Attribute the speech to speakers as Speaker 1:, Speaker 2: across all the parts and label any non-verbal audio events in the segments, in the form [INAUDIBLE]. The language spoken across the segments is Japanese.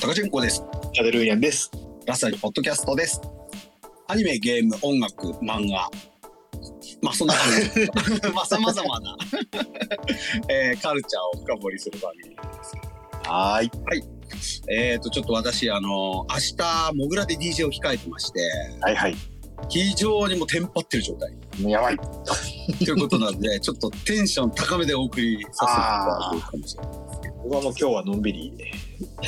Speaker 1: 高千穂です。
Speaker 2: チャデルーヤンです。
Speaker 1: ラスアリポッドキャストです。アニメ、ゲーム、音楽、漫画。まあ、そんな感
Speaker 2: [LAUGHS]
Speaker 1: じ。まあ、様々な、 [LAUGHS] えーカルチャーを深掘りする番組なんですけ
Speaker 2: はーい。
Speaker 1: ど。えっ、と、ちょっと私、あの、明日、モグラで DJ を控えてまして、
Speaker 2: はいはい。
Speaker 1: 非常にもうテンパってる状態
Speaker 2: もうやばい。
Speaker 1: ということなんで、ちょっとテンション高めでお送りさせていただくかもしれない。
Speaker 2: 僕はもう今日はのんびり、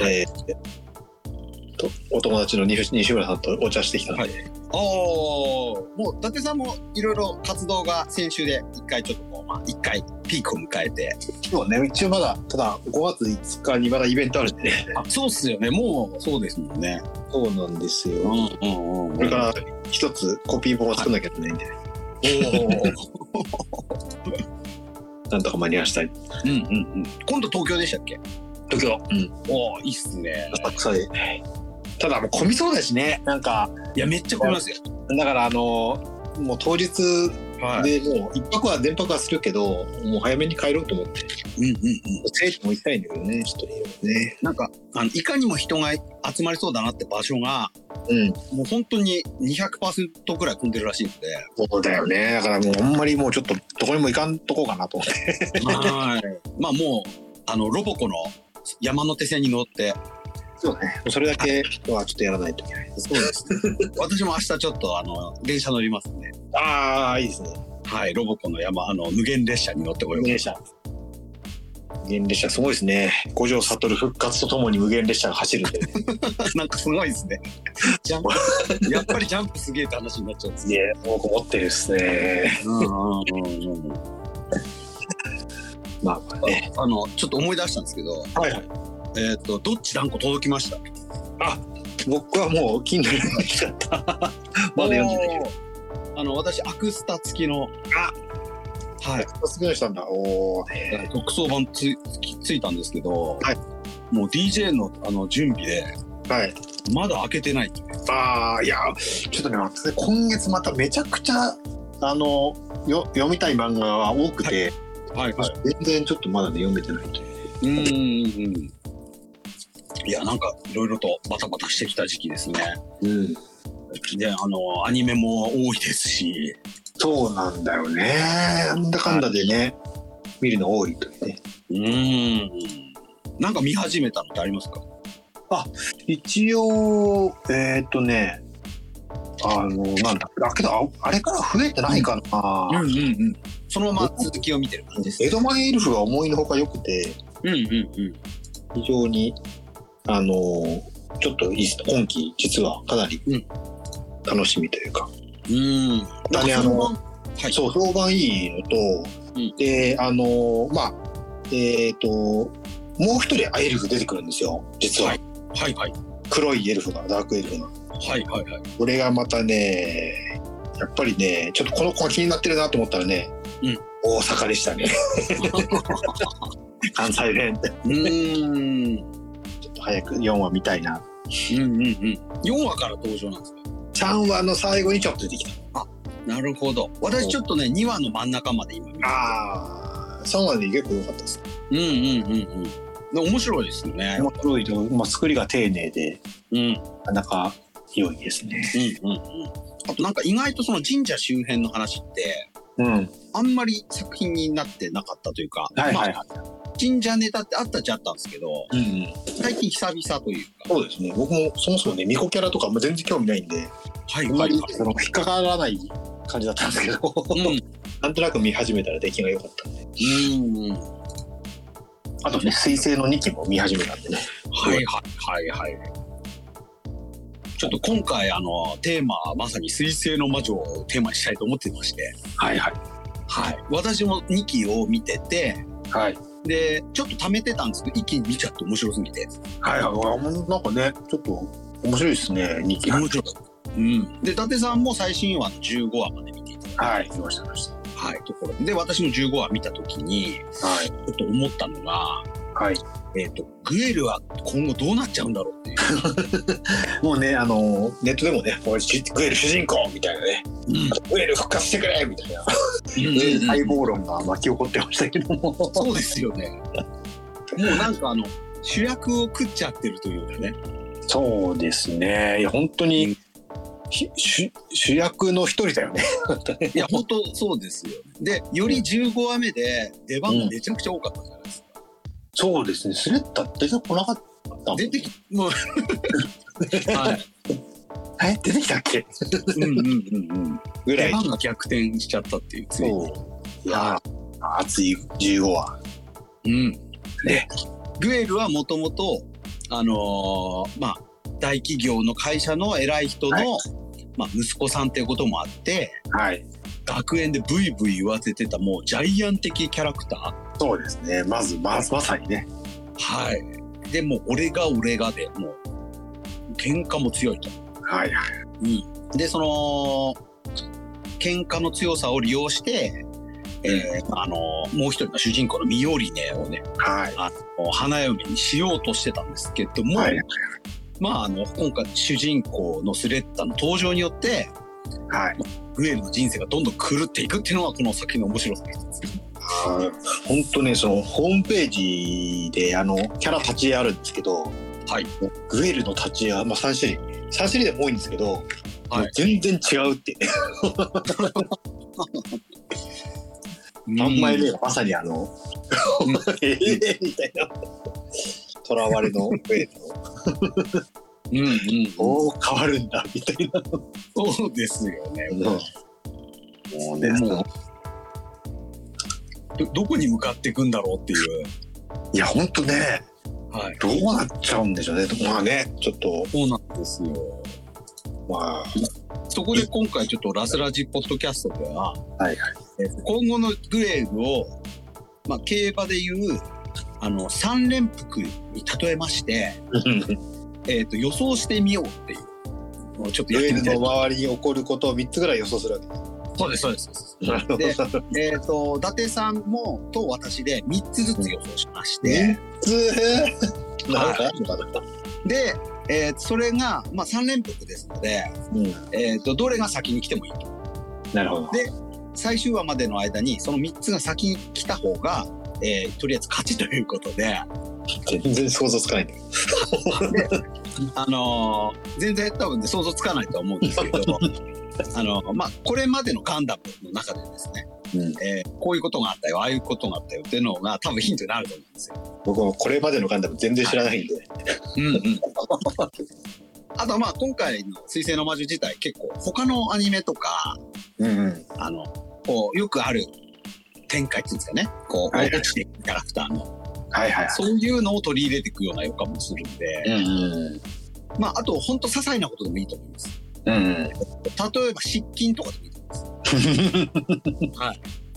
Speaker 2: えー、と、お友達の西西村さんとお茶してきたんで、
Speaker 1: はいおお、もう伊達さんもいろいろ活動が先週で一回ちょっとこう、まあ一回ピークを迎えて。
Speaker 2: 今日はね、一応まだ、ただ5月5日にまだイベントあるんでね。
Speaker 1: あ、そうっすよね。もうそうですもんね。
Speaker 2: そうなんです
Speaker 1: う
Speaker 2: よ。
Speaker 1: んうんうん。
Speaker 2: これから一つコピー本を作んなきゃいけないんで、なんとか間に合わせたい。
Speaker 1: [LAUGHS] うんうんうん。今度東京でしたっけ？
Speaker 2: 東京。うん。
Speaker 1: おお、いいっすね。
Speaker 2: 浅草で。ただもう混みそうだしね。なんか、
Speaker 1: いやめっちゃ混みますよ。
Speaker 2: だからあのーもう当日
Speaker 1: は
Speaker 2: でもう一泊は全泊はするけどもう早めに帰ろうと思って
Speaker 1: い。うんうんうん。
Speaker 2: 聖地も行きたいんだけどねちょっといろいろね
Speaker 1: なんかあのいかにも人が集まりそうだなって場所が
Speaker 2: うん
Speaker 1: もう本当に200%くらい混んでるらしいので。
Speaker 2: そうだよねだからもうあんまりもうちょっとどこにも行かんとこうかなと思って
Speaker 1: はい。 [LAUGHS] まあもうあのロボコの山手線に乗って
Speaker 2: そうねそれだけはちょっとやらないといけない
Speaker 1: そうです、ね。私も明日ちょっとあの電車乗りますんで、
Speaker 2: ああいいですね
Speaker 1: はい、ロボコの山あの無限列車に乗ってこよう。
Speaker 2: 無限列車無限列車すごいですね五条悟復活とともに無限列車が走るんでね
Speaker 1: なんかすごいですね。ジャンプ、やっぱりジャンプすげえって話になっちゃうんです
Speaker 2: [LAUGHS] い
Speaker 1: ね。
Speaker 2: や僕持ってるですね
Speaker 1: [LAUGHS] うんうんうんうん。
Speaker 2: まあね
Speaker 1: ああのちょっと思い出したんですけど、
Speaker 2: はいはい
Speaker 1: えっ、とどっち断固届きました。
Speaker 2: 僕はもう Kindle に来ちゃった [LAUGHS] まだ読んでないけど
Speaker 1: おー。あの私アクスタ付きのはい
Speaker 2: すごいしたんだおお
Speaker 1: 特装版つつきついたんですけど、
Speaker 2: は
Speaker 1: もう DJ のあの準備で
Speaker 2: はい
Speaker 1: まだ開けてないっていう。
Speaker 2: ああいやちょっとね私今月まためちゃくちゃあのよ読みたい漫画が多くて、
Speaker 1: はいはい。
Speaker 2: 全然ちょっとまだね読めてないという
Speaker 1: うんうんうん。いやなんかいろいろとバタバタしてきた時期ですね。
Speaker 2: うん、
Speaker 1: であのアニメも多いですし。
Speaker 2: そうなんだよねなんだかんだでね、見るの多いというね
Speaker 1: うーん。なんか見始めたのってありますか
Speaker 2: 一応えーっ、とねあのなんだだけどああれから増えてないかな、
Speaker 1: うんうん。そのまま続きを見てる感じです。
Speaker 2: 江戸前エルフが思いのほか良くて
Speaker 1: うんうんうん。
Speaker 2: 非常にあのちょっといいっす今期実はかなり
Speaker 1: うん
Speaker 2: 楽しみというか、
Speaker 1: うん。
Speaker 2: だね
Speaker 1: なんかその
Speaker 2: あ
Speaker 1: はい。
Speaker 2: そう、評判いいのと、
Speaker 1: うん
Speaker 2: で、あのーまあ、えっ、と、もう一人エルフ出てくるんですよ、実は。
Speaker 1: はいはい。
Speaker 2: 黒いエルフが、ダークエルフが。
Speaker 1: はいはいはい。
Speaker 2: これがまたね、やっぱりね、ちょっとこの子が気になってるなと思ったらね、
Speaker 1: うん
Speaker 2: 大阪でした [LAUGHS] ね。関西弁って。
Speaker 1: うーん。
Speaker 2: ちょっと早く4話見たいな。
Speaker 1: うんうんうん。4話から登場なんですか
Speaker 2: 3話の最後にちょっと出てきた。
Speaker 1: なるほど。私ちょっとね、2話の真ん中まで今見て
Speaker 2: ああ、3話で結構良かったです。
Speaker 1: うんうんうんうん。で面白いですよね。
Speaker 2: 面白いと、まあ、作りが丁寧で、
Speaker 1: うんうん
Speaker 2: なかなか良いですね。
Speaker 1: うんうん。あとなんか意外とその神社周辺の話って、
Speaker 2: うん。
Speaker 1: あんまり作品になってなかったというか、
Speaker 2: はいはい
Speaker 1: まあ、神社ネタってあったっちゃあったんですけど、
Speaker 2: うん、
Speaker 1: 最近久々というか。
Speaker 2: そうですね僕もそもそもね巫女キャラとかも全然興味ないんで
Speaker 1: はい
Speaker 2: あんまりその引っかからない感じだったんですけど、
Speaker 1: うん。
Speaker 2: なんとなく見始めたら出来が良かったんで
Speaker 1: うん。
Speaker 2: あとね彗星の2期も見始めたんでね
Speaker 1: はいはいはいはい。ちょっと今回あのテーマはまさに水星の魔女をテーマにしたいと思ってまして、
Speaker 2: はいはい
Speaker 1: はい、私も2期を見てて
Speaker 2: はい
Speaker 1: でちょっと貯めてたんですけど一気に見ちゃって面白すぎて
Speaker 2: はいはいなんかねちょっと面白いですね2期
Speaker 1: 白かった、うん、で伊達さんも最新話の15話まで見ていた、
Speaker 2: はい見ました見まし
Speaker 1: はい、ところでで私も15話見た時に
Speaker 2: たはい
Speaker 1: ちょっと思ったのが、
Speaker 2: はい
Speaker 1: えっとグエルは今後どうなっちゃうんだろうっていう。
Speaker 2: もうねあのネットでもね「俺しグエル主人公」みたいなね
Speaker 1: うん
Speaker 2: 「グエル復活してくれ!」みたいな
Speaker 1: うん
Speaker 2: 相棒論が巻き起こってましたけども
Speaker 1: そうですよね。もうなんかあの、主役を食っちゃってるというかね。
Speaker 2: そうですね。いや、本当に、ひ主主役の一人だよね。
Speaker 1: いや、本当そうですよ。で、より15話目で出番がめちゃくちゃ多かったじゃないですか。
Speaker 2: そうですね。スレッタ出てこなかったもん
Speaker 1: 出てき、もうはい。
Speaker 2: え出てきたっけ
Speaker 1: うんうんうんうん。
Speaker 2: ぐら
Speaker 1: 出
Speaker 2: い。
Speaker 1: 番が逆転しちゃったっていう、ついに
Speaker 2: そう。いやー、熱い15話。
Speaker 1: うん。で
Speaker 2: ね、
Speaker 1: グエルはもともと、あのーまあ、大企業の会社の偉い人の、
Speaker 2: はい
Speaker 1: まあ、息子さんっていうこともあって、
Speaker 2: はい。
Speaker 1: 学園でブイブイ言わせてたもうジャイアン的キャラクター。
Speaker 2: そうですね。まず、まず、まさにね。
Speaker 1: はい。で、もう俺が俺がで、もう、喧嘩も強いと。
Speaker 2: はいはい。
Speaker 1: うん。で、その、喧嘩の強さを利用して、えーあのーもう一人の主人公のミオリネをね、
Speaker 2: はい。
Speaker 1: あの花嫁にしようとしてたんですけども、
Speaker 2: はい
Speaker 1: まああの今回主人公のスレッタの登場によって
Speaker 2: はい。
Speaker 1: グエルの人生がどんどん狂っていくっていうのがこの作品の面白さですけど
Speaker 2: 本当ね、その、ホームページで、あの、キャラ立ち絵あるんですけど、
Speaker 1: はい。
Speaker 2: グエルの立ち絵は、まあ、3種類。3種類でも多いんですけど、
Speaker 1: はい
Speaker 2: もう全然違うって。3枚目がまさにあの、 [LAUGHS]
Speaker 1: うん
Speaker 2: ええみたいな。囚われ [LAUGHS] のグエルの、
Speaker 1: うんうん
Speaker 2: おお、変わるんだ、みたいな。
Speaker 1: うん、そうですよね
Speaker 2: もう
Speaker 1: で
Speaker 2: ね、
Speaker 1: もうどどこに向かっていくんだろうっていう、
Speaker 2: いや、本当ね、
Speaker 1: はい、
Speaker 2: どうなっちゃうんでしょうね。まあね、ちょっと、
Speaker 1: そうなんですよ
Speaker 2: まあ、
Speaker 1: そこで今回ちょっとラスラジポッドキャストでは、
Speaker 2: はい
Speaker 1: えー今後のグレーブを、まあ、競馬でいうあの三連複に例えまして、えー、と予想してみようっていうのをちょっと
Speaker 2: グ
Speaker 1: やっ
Speaker 2: エ
Speaker 1: て
Speaker 2: ル
Speaker 1: みた
Speaker 2: の
Speaker 1: い
Speaker 2: 周りに起こることを3つぐらい予想するわけ
Speaker 1: そうですそうですそうです
Speaker 2: なるほ
Speaker 1: で
Speaker 2: ど。
Speaker 1: えっ、と伊達さんもと私で3つずつ予想しまして
Speaker 2: 3、つなんかあるのかな
Speaker 1: で、えーそれが、まあ、3連複ですので、
Speaker 2: うん
Speaker 1: えー、とどれが先に来てもいいと
Speaker 2: なるほど。
Speaker 1: で最終話までの間にその3つが先に来た方が、えーとりあえず勝ちということで、
Speaker 2: 全然想像つかないんだけ
Speaker 1: あのー全然多分ね想像つかないとは思うんです [LAUGHS] けどあのまあこれまでのガンダムの中でですね
Speaker 2: ど、うん
Speaker 1: えーこういうことがあったよ、ああいうことがあったよっていうのが多分ヒントになると思うんですよ。
Speaker 2: 僕もこれまでのガンダム全然知らないんで。
Speaker 1: うんうん。あとまあ今回の「水星の魔女」自体結構他のアニメとか、
Speaker 2: うんうん。
Speaker 1: あの、こうよくある展開っていうんですかね、こう
Speaker 2: はい
Speaker 1: 落ちていくキャラクターの、
Speaker 2: はいはいは
Speaker 1: そういうのを取り入れていくような予感もするんで、
Speaker 2: い。うん
Speaker 1: まああと本当些細なことでもいいと思います。
Speaker 2: うん。うん
Speaker 1: 例えば失禁とかでもいいと思い
Speaker 2: [LAUGHS]
Speaker 1: ます。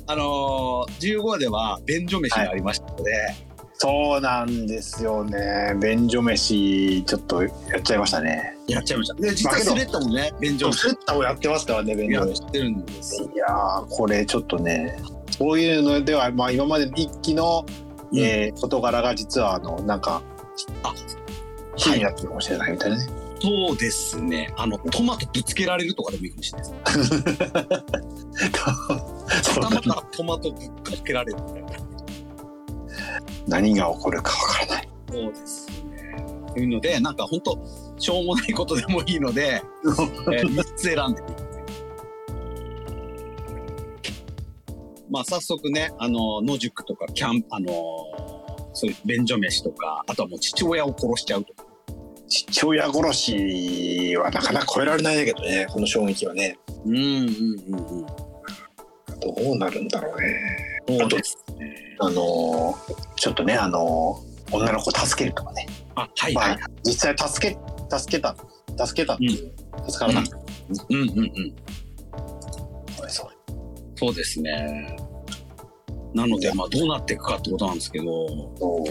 Speaker 1: あのー、15話では便所飯がありましたので、
Speaker 2: そうなんですよね。便所飯、ちょっとやっちゃいましたね。
Speaker 1: やっちゃいました。で、実はスレッタもね、便所飯
Speaker 2: スレッタもやってますからね、便
Speaker 1: や
Speaker 2: 所
Speaker 1: っ
Speaker 2: 飯。
Speaker 1: てるんですよ
Speaker 2: いやー、これちょっとね、そういうのでは、まあ今までの一期の、
Speaker 1: うん
Speaker 2: えー事柄が実は、あの、なんか、
Speaker 1: あ
Speaker 2: 火になってるかもしれないみたいなね。
Speaker 1: そうですね。あの、トマトぶつけられるとかでもいいかもしれないです。
Speaker 2: [LAUGHS] そう
Speaker 1: 頭からトマトぶっかけられるみたいな。
Speaker 2: 何が起こるかわからない。
Speaker 1: そうですね。というので、なんか本当しょうもないことでもいいので、えー、3つ選んでみて。まあ、早速ね、あの、野宿とか、キャンプ、あのそういう便所飯とか、あとはもう父親を殺しちゃうとか。
Speaker 2: 父親殺しはなかなか超えられないんだけどね、この衝撃はね。
Speaker 1: うんうんうんうん。
Speaker 2: どうなるんだろうね。
Speaker 1: そうです。
Speaker 2: あのーちょっとね、あのー女の子を助けるとかね。
Speaker 1: あ、はい
Speaker 2: ま
Speaker 1: は
Speaker 2: あ
Speaker 1: い。、
Speaker 2: 実際助け、助けた、助けたっていう、助からなかっ
Speaker 1: うんうんうん。
Speaker 2: た、そう
Speaker 1: そうですね。なので、まあ、どうなっていくかってことなんですけど、
Speaker 2: そう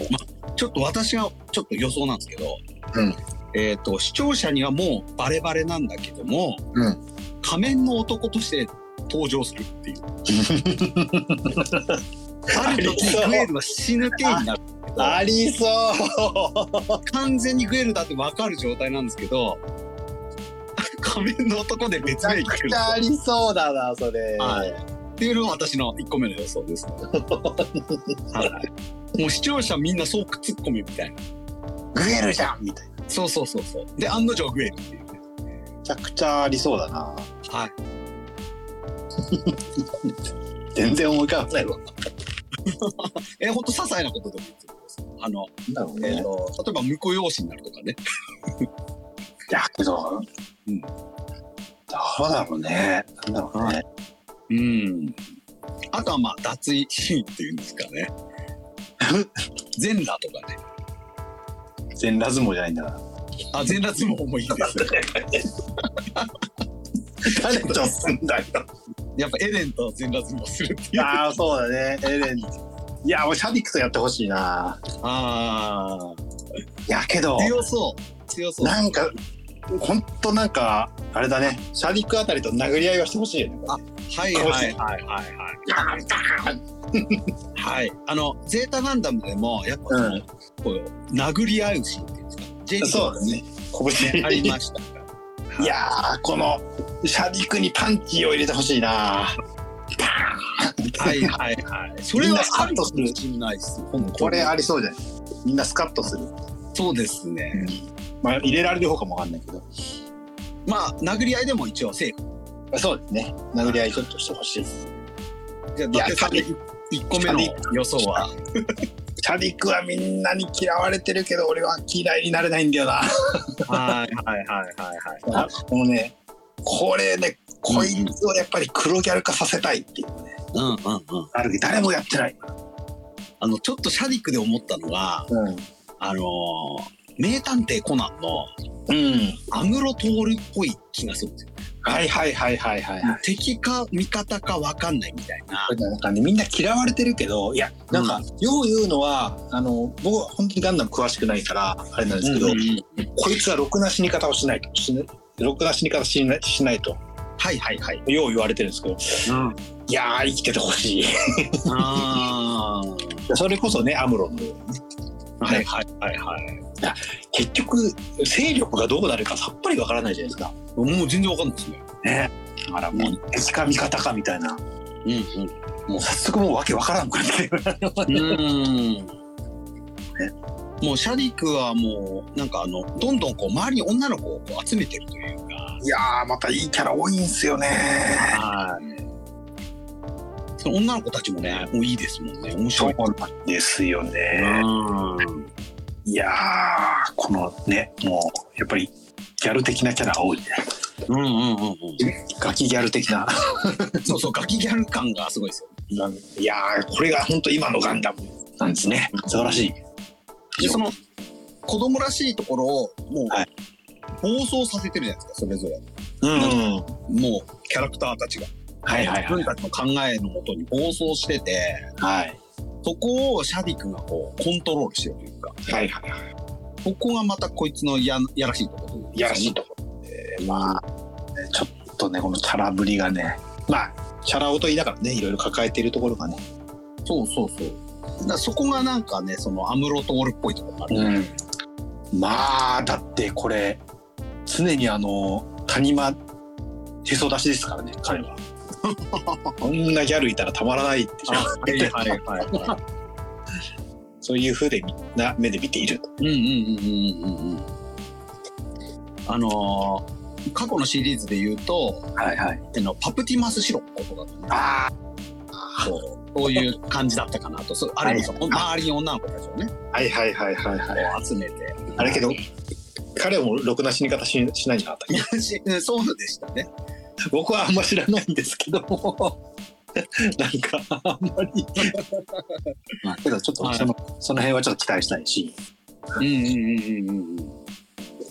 Speaker 1: ちょっと私はちょっと予想なんですけど、
Speaker 2: うん
Speaker 1: えっ、と、視聴者にはもうバレバレなんだけども、
Speaker 2: うん
Speaker 1: 仮面の男として登場するって
Speaker 2: [LAUGHS]
Speaker 1: いう。ある時グエルは死ぬ系になる。
Speaker 2: ありそう
Speaker 1: 完全にグエルだって分かる状態なんですけど、仮面の男で別名
Speaker 2: め
Speaker 1: 義
Speaker 2: ちゃ
Speaker 1: 来
Speaker 2: く
Speaker 1: る
Speaker 2: ちゃありそうだな、それ。
Speaker 1: はいっていうのが私の1個目の予 [LAUGHS] 想ですね。はいもう視聴者みんなそう突っ込みみたいな。
Speaker 2: グエルじゃんみたいな。め
Speaker 1: そうそうそうそう。で、案の定グエルっていう。
Speaker 2: ちゃくちゃありそうだな。
Speaker 1: はい。
Speaker 2: 全然思い浮かばないわ。
Speaker 1: え、ほんと些細なことでもいいですよ。あの、
Speaker 2: なんだろう
Speaker 1: えっ、
Speaker 2: ね。
Speaker 1: と、例えば婿養子になるとかね。
Speaker 2: いや、けど、
Speaker 1: うん
Speaker 2: どうだろうね。なんだろうね。
Speaker 1: うん。あとはまあ、脱衣シーンっていうんですかね。 [LAUGHS] 全裸とかね。
Speaker 2: 全裸相撲じゃないんだから。
Speaker 1: あ、全裸相撲もいいですよ。 [LAUGHS]
Speaker 2: 誰とすんだよ。
Speaker 1: やっぱエレンと全裸相撲するっていう。あ
Speaker 2: ああ、そうだね。エレン。いや、俺、シャディックとやってほしいな。
Speaker 1: あー。
Speaker 2: いや、けど、
Speaker 1: 強そう。強そう。
Speaker 2: なんか、ほんとなんか、あれだね。シャディックあたりと殴り合いはしてほしいよね。
Speaker 1: はいはいはいはいはい。はい。あの、ゼータガンダムでも、やっぱその、
Speaker 2: うん
Speaker 1: こう、殴り合うシーンっていうんですか。ジェニー
Speaker 2: そうだね。拳。
Speaker 1: がありましたか
Speaker 2: [LAUGHS]
Speaker 1: ら。
Speaker 2: いやー、この、シャディクにパンチを入れてほしいな。
Speaker 1: はいはいはい。それはあるかもしれないです。
Speaker 2: これありそうじゃないみんなスカッとする。
Speaker 1: そうですね。
Speaker 2: まあ、入れられる方かもわかんないけど。
Speaker 1: まあ、殴り合いでも一応セーフ。
Speaker 2: そうですね。殴り合いちょっとしてほしい。シ
Speaker 1: じゃあ、
Speaker 2: いや
Speaker 1: 伊達さんで
Speaker 2: シ
Speaker 1: 1個目の予想は。
Speaker 2: ャディクはみんなに嫌われてるけど、俺は嫌いになれないんだよな。
Speaker 1: はいはいはいはいはい。
Speaker 2: あもうね、これね、こいつをやっぱり黒ギャル化させたいっていうね。
Speaker 1: うんうんうん。
Speaker 2: あるけど誰もやってない。
Speaker 1: あの、ちょっとシャディックで思ったのが、
Speaker 2: うん。うん。
Speaker 1: あのー名探偵コナンのアムロトールっぽい気がするんですよ。
Speaker 2: はいはいはいはいはい。はい
Speaker 1: 敵か味方かわかんないみたいな。
Speaker 2: なんかね、みんな嫌われてるけどいやなんか、よう言うのはあの僕は本当にガンダム詳しくないからあれなんですけど、
Speaker 1: うんうん
Speaker 2: こいつはろくな死に方をしないとしなろくな死に方しないしないと
Speaker 1: はいはいはい。
Speaker 2: よう言われてるんですけど
Speaker 1: うん、
Speaker 2: いやー生きててほしい
Speaker 1: あ
Speaker 2: [LAUGHS] それこそねアムロの
Speaker 1: あ。はいはいはいはい。
Speaker 2: 結局勢力がどうなるかさっぱりわからないじゃないですか
Speaker 1: もう全然わかんないですね。
Speaker 2: ねだからもう、
Speaker 1: う
Speaker 2: 敵か味方かみたいな
Speaker 1: うんうん。
Speaker 2: もう早速もうわけわからんくなってる
Speaker 1: うーんもうシャディクはもうなんかあのどんどんこう周りに女の子をこう集めてるというか
Speaker 2: いやーまたいいキャラ多いんすよね
Speaker 1: はいその女の子たちもねもういいですもんね面白い
Speaker 2: なんですよ
Speaker 1: う
Speaker 2: ね
Speaker 1: ん
Speaker 2: いやーこのねもうやっぱりギャル的なキャラが多いね
Speaker 1: うんうんうん
Speaker 2: ガキギャル的な
Speaker 1: うんそうそうガキギャル感がすごいですよ
Speaker 2: いやーこれが本当今のガンダムなんですね素晴らしい
Speaker 1: でその子供らしいところをもう
Speaker 2: はい
Speaker 1: 暴走させてるじゃないですかそれぞれ
Speaker 2: うん
Speaker 1: んもうキャラクターたちが
Speaker 2: はいはい
Speaker 1: 自
Speaker 2: は
Speaker 1: 分
Speaker 2: い
Speaker 1: たちの考えのもとに暴走してて
Speaker 2: はい
Speaker 1: そこをシャディクがこうコントロールしてるというか
Speaker 2: はいはいは
Speaker 1: ここがまたこいつのややらしいところとうか
Speaker 2: いやらしいところまあちょっとねこのチャラぶりがねまあチャラ男と言いながらねいろいろ抱えているところがね
Speaker 1: そうそうそうだからそこがなんかねそのアムロトールっぽいところがある、
Speaker 2: んまあだってこれ常にあの谷間へそ出しですからね彼 [LAUGHS] はこんなギャルいたらたまらないって
Speaker 1: はいはいはいは [LAUGHS]
Speaker 2: そういうふうでみんな目で見ている
Speaker 1: いうんうんうんうんうんうんあのー過去のシリーズで言うと
Speaker 2: はいはい
Speaker 1: あのパプティマスシロップとかね
Speaker 2: あ
Speaker 1: そうそういう感じだったかなとそうある意味その周りに女の子たちをね
Speaker 2: あはいはいはいはいはい
Speaker 1: こう集めて
Speaker 2: あれけど彼もろくな死に方ししないんじゃなかったっ
Speaker 1: し [LAUGHS] そうでしたね
Speaker 2: け僕はあんま知らないんですけども [LAUGHS] なんかあんまり [LAUGHS] まあけどちょっとその,、その辺はちょっと期待したいし
Speaker 1: うんうんうんうんうんうん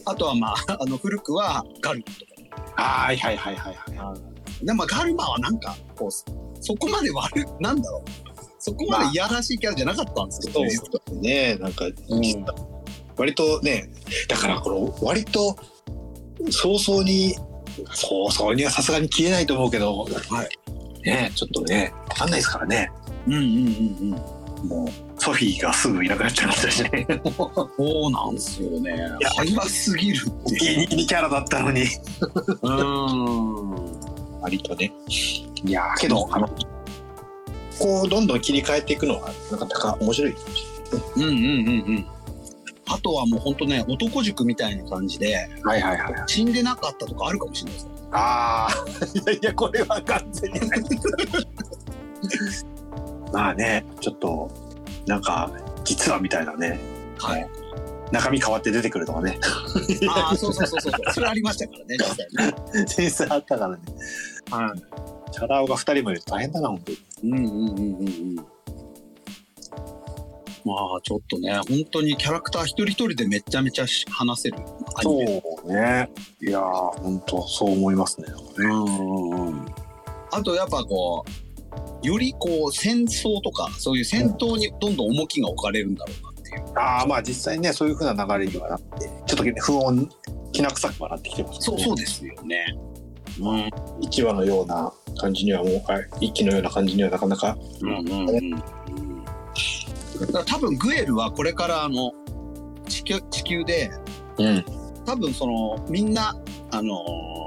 Speaker 1: あとはまあ [LAUGHS] あの古くはガルムとかね
Speaker 2: はいはいはいはいはい
Speaker 1: でもガルマはなんかこうそこまで悪いなんだろうそこまでいやらしいキャラじゃなかったんですけど、
Speaker 2: そう
Speaker 1: ね
Speaker 2: ですねなんか、
Speaker 1: ん
Speaker 2: 割とねだからこの割と早々に早々にはさすがに消えないと思うけど、
Speaker 1: は
Speaker 2: ねちょっとね分かんないですからね
Speaker 1: うんうんうんうん
Speaker 2: もうソフィーがすぐいなくなっちゃいましたし [LAUGHS] ね
Speaker 1: そうなんですよね
Speaker 2: や
Speaker 1: 早すぎるっていう
Speaker 2: いいキャラだったのに
Speaker 1: うん
Speaker 2: 割とねいやーけどあのこうどんどん切り替えていくのがなかなか面白い
Speaker 1: うんうんうんうんあとはもう本当ね、男塾みたいな感じで、
Speaker 2: はいはいはい。
Speaker 1: 死んでなかったとかあるかもしれないですよ。
Speaker 2: ああ、 [LAUGHS] いやいや、これは完全に。 [LAUGHS] まあね、ちょっと、なんか、実はみたいなね、
Speaker 1: はい。
Speaker 2: 中身変わって出てくるとかね、 [LAUGHS]
Speaker 1: ああ、そうそうそうそう。それありましたから [LAUGHS] ね、実際ね。
Speaker 2: 実際あったからね。
Speaker 1: は
Speaker 2: チャラ男が二人もいると大変だな、本当に。
Speaker 1: い。うんうんうんうんうん。まあ、ちょっとね、本当にキャラクター一人一人でめちゃめちゃ話せるアニメ。
Speaker 2: そうね。いやー、本当そう思いますね。
Speaker 1: うんうんうん。あとやっぱこう、よりこう戦争とか、そういう戦闘にどんどん重きが置かれるんだろうなっていう。
Speaker 2: ああ、まあ実際ね、そういう風な流れにはなって、ちょっとね不穏、きな臭くはなってきてます、ね。
Speaker 1: そうそうですよね。うん
Speaker 2: 一話のような感じにはもう、あ一期のような感じにはなかなか。
Speaker 1: うんうんうん。だから多分グエルはこれからあの地球地球で
Speaker 2: うん。
Speaker 1: 多分そのみんなあのー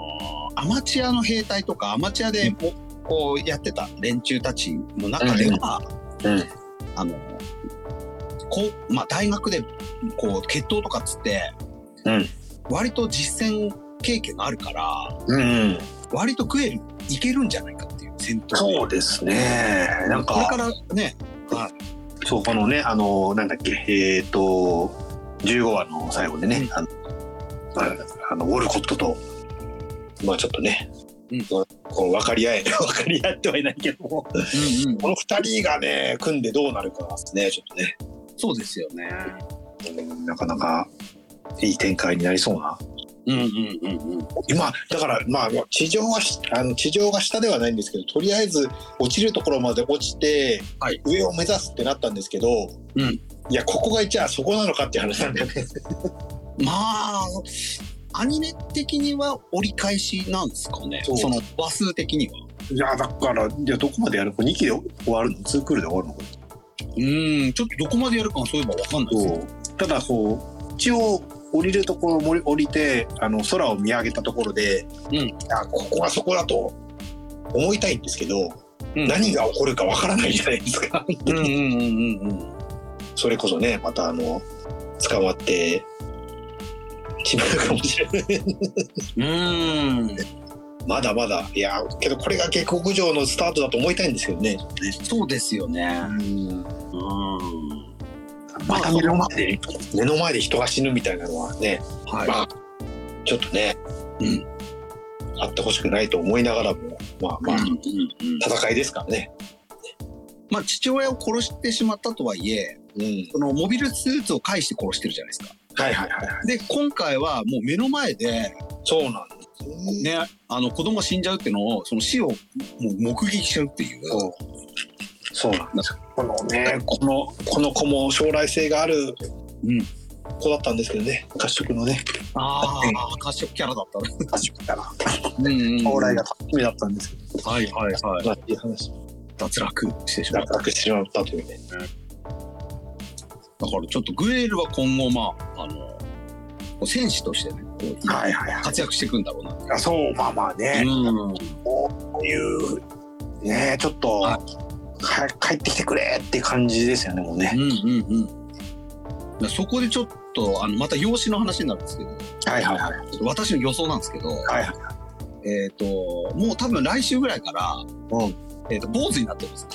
Speaker 1: アマチュアの兵隊とかアマチュアでも、こうやってた連中たちの中では、
Speaker 2: うん。
Speaker 1: あのーこうまあ大学でこう決闘とかっつって、
Speaker 2: うん
Speaker 1: 割と実戦経験があるから
Speaker 2: うん、うん。
Speaker 1: 割とグエルいけるんじゃないかっていう戦闘
Speaker 2: そうですね。なん
Speaker 1: これ
Speaker 2: か、
Speaker 1: からね
Speaker 2: そう、このね、あの、なんだっけ、えっ、と、15話の最後でね、あの、ああのウォルコットと、まあちょっとね、
Speaker 1: うん
Speaker 2: こう分かり合え、 [LAUGHS] 分かり合ってはいないけども、
Speaker 1: うんうん
Speaker 2: この二人がね、組んでどうなるかですね、ちょっとね。
Speaker 1: そうですよね。
Speaker 2: うんなかなかいい展開になりそうな。
Speaker 1: うんうんうんうん。
Speaker 2: 今、だから、まあ、地上はし、あの、地上が下ではないんですけど、とりあえず落ちるところまで落ちて、
Speaker 1: はい
Speaker 2: 上を目指すってなったんですけど、
Speaker 1: うん
Speaker 2: いや、ここがじゃあそこなのかっていう話なんだよね。
Speaker 1: まあ、アニメ的には折り返しなんですかね。
Speaker 2: そ
Speaker 1: そうの話数的には。
Speaker 2: [LAUGHS] いや、だから、いや、どこまでやるの ?2 期で終わるの ?2 クールで終わるのこ
Speaker 1: うん、ちょっとどこまでやるかはそういえばわかんないですね。
Speaker 2: う。ただ、こう、一応、降りるところもり降りてあの空を見上げたところで、
Speaker 1: うん
Speaker 2: あここはそこだと思いたいんですけど、
Speaker 1: うん
Speaker 2: 何が起こるかわからないじゃないですか。
Speaker 1: うんうんうんうんうん。
Speaker 2: それこそねまたあの捕まってしまうかもしれない
Speaker 1: う
Speaker 2: [LAUGHS]
Speaker 1: ん、
Speaker 2: まだまだいやけどこれが下克上のスタートだと思いたいんですけどね
Speaker 1: そうですよね。うん。
Speaker 2: また目の前で目の前で人が死ぬみたいなのはね、ま
Speaker 1: は
Speaker 2: あちょっとね、
Speaker 1: うん
Speaker 2: あってほしくないと思いながらもまあ
Speaker 1: い。ま
Speaker 2: ま
Speaker 1: あ
Speaker 2: あ、
Speaker 1: うんうんうん
Speaker 2: 戦いですからね
Speaker 1: まあ、父親を殺してしまったとはいえ、
Speaker 2: うん
Speaker 1: そのモビルスーツを介して殺してるじゃないですか。
Speaker 2: はいはいはいはい
Speaker 1: で、今回はもう目の前で、
Speaker 2: そうなんですよね
Speaker 1: ね、あの子供死んじゃうっていうのを、その死をもう目撃しちゃうっていう。
Speaker 2: そうそうなんですよこのねこのこの子も将来性がある
Speaker 1: うん
Speaker 2: 子だったんですけどね褐色のね
Speaker 1: ああ、褐色キャラだったね。
Speaker 2: 褐色から
Speaker 1: うんうん
Speaker 2: 将来が楽しみだったんですけど、
Speaker 1: はいはいはい。
Speaker 2: まあいい話
Speaker 1: 脱落してしまっ
Speaker 2: 脱
Speaker 1: た。だか
Speaker 2: 落してしまったというね
Speaker 1: らちょっとグエルは今後、まあ、あの、こう戦士としてね、こう
Speaker 2: いはいは
Speaker 1: 活躍していくんだろうなって。
Speaker 2: いそうまあまあね、
Speaker 1: うん、
Speaker 2: こういうねちょっと、
Speaker 1: は
Speaker 2: は帰ってきてくれって感じですよねもうね、
Speaker 1: うん、うん、うん。だからそこでちょっと、あの、また養子の話になるんですけど、
Speaker 2: はいはいはい
Speaker 1: 私の予想なんですけど、
Speaker 2: はいはい
Speaker 1: えっ、と、もう多分来週ぐらいから、
Speaker 2: うん
Speaker 1: えっ、と、坊主になってます。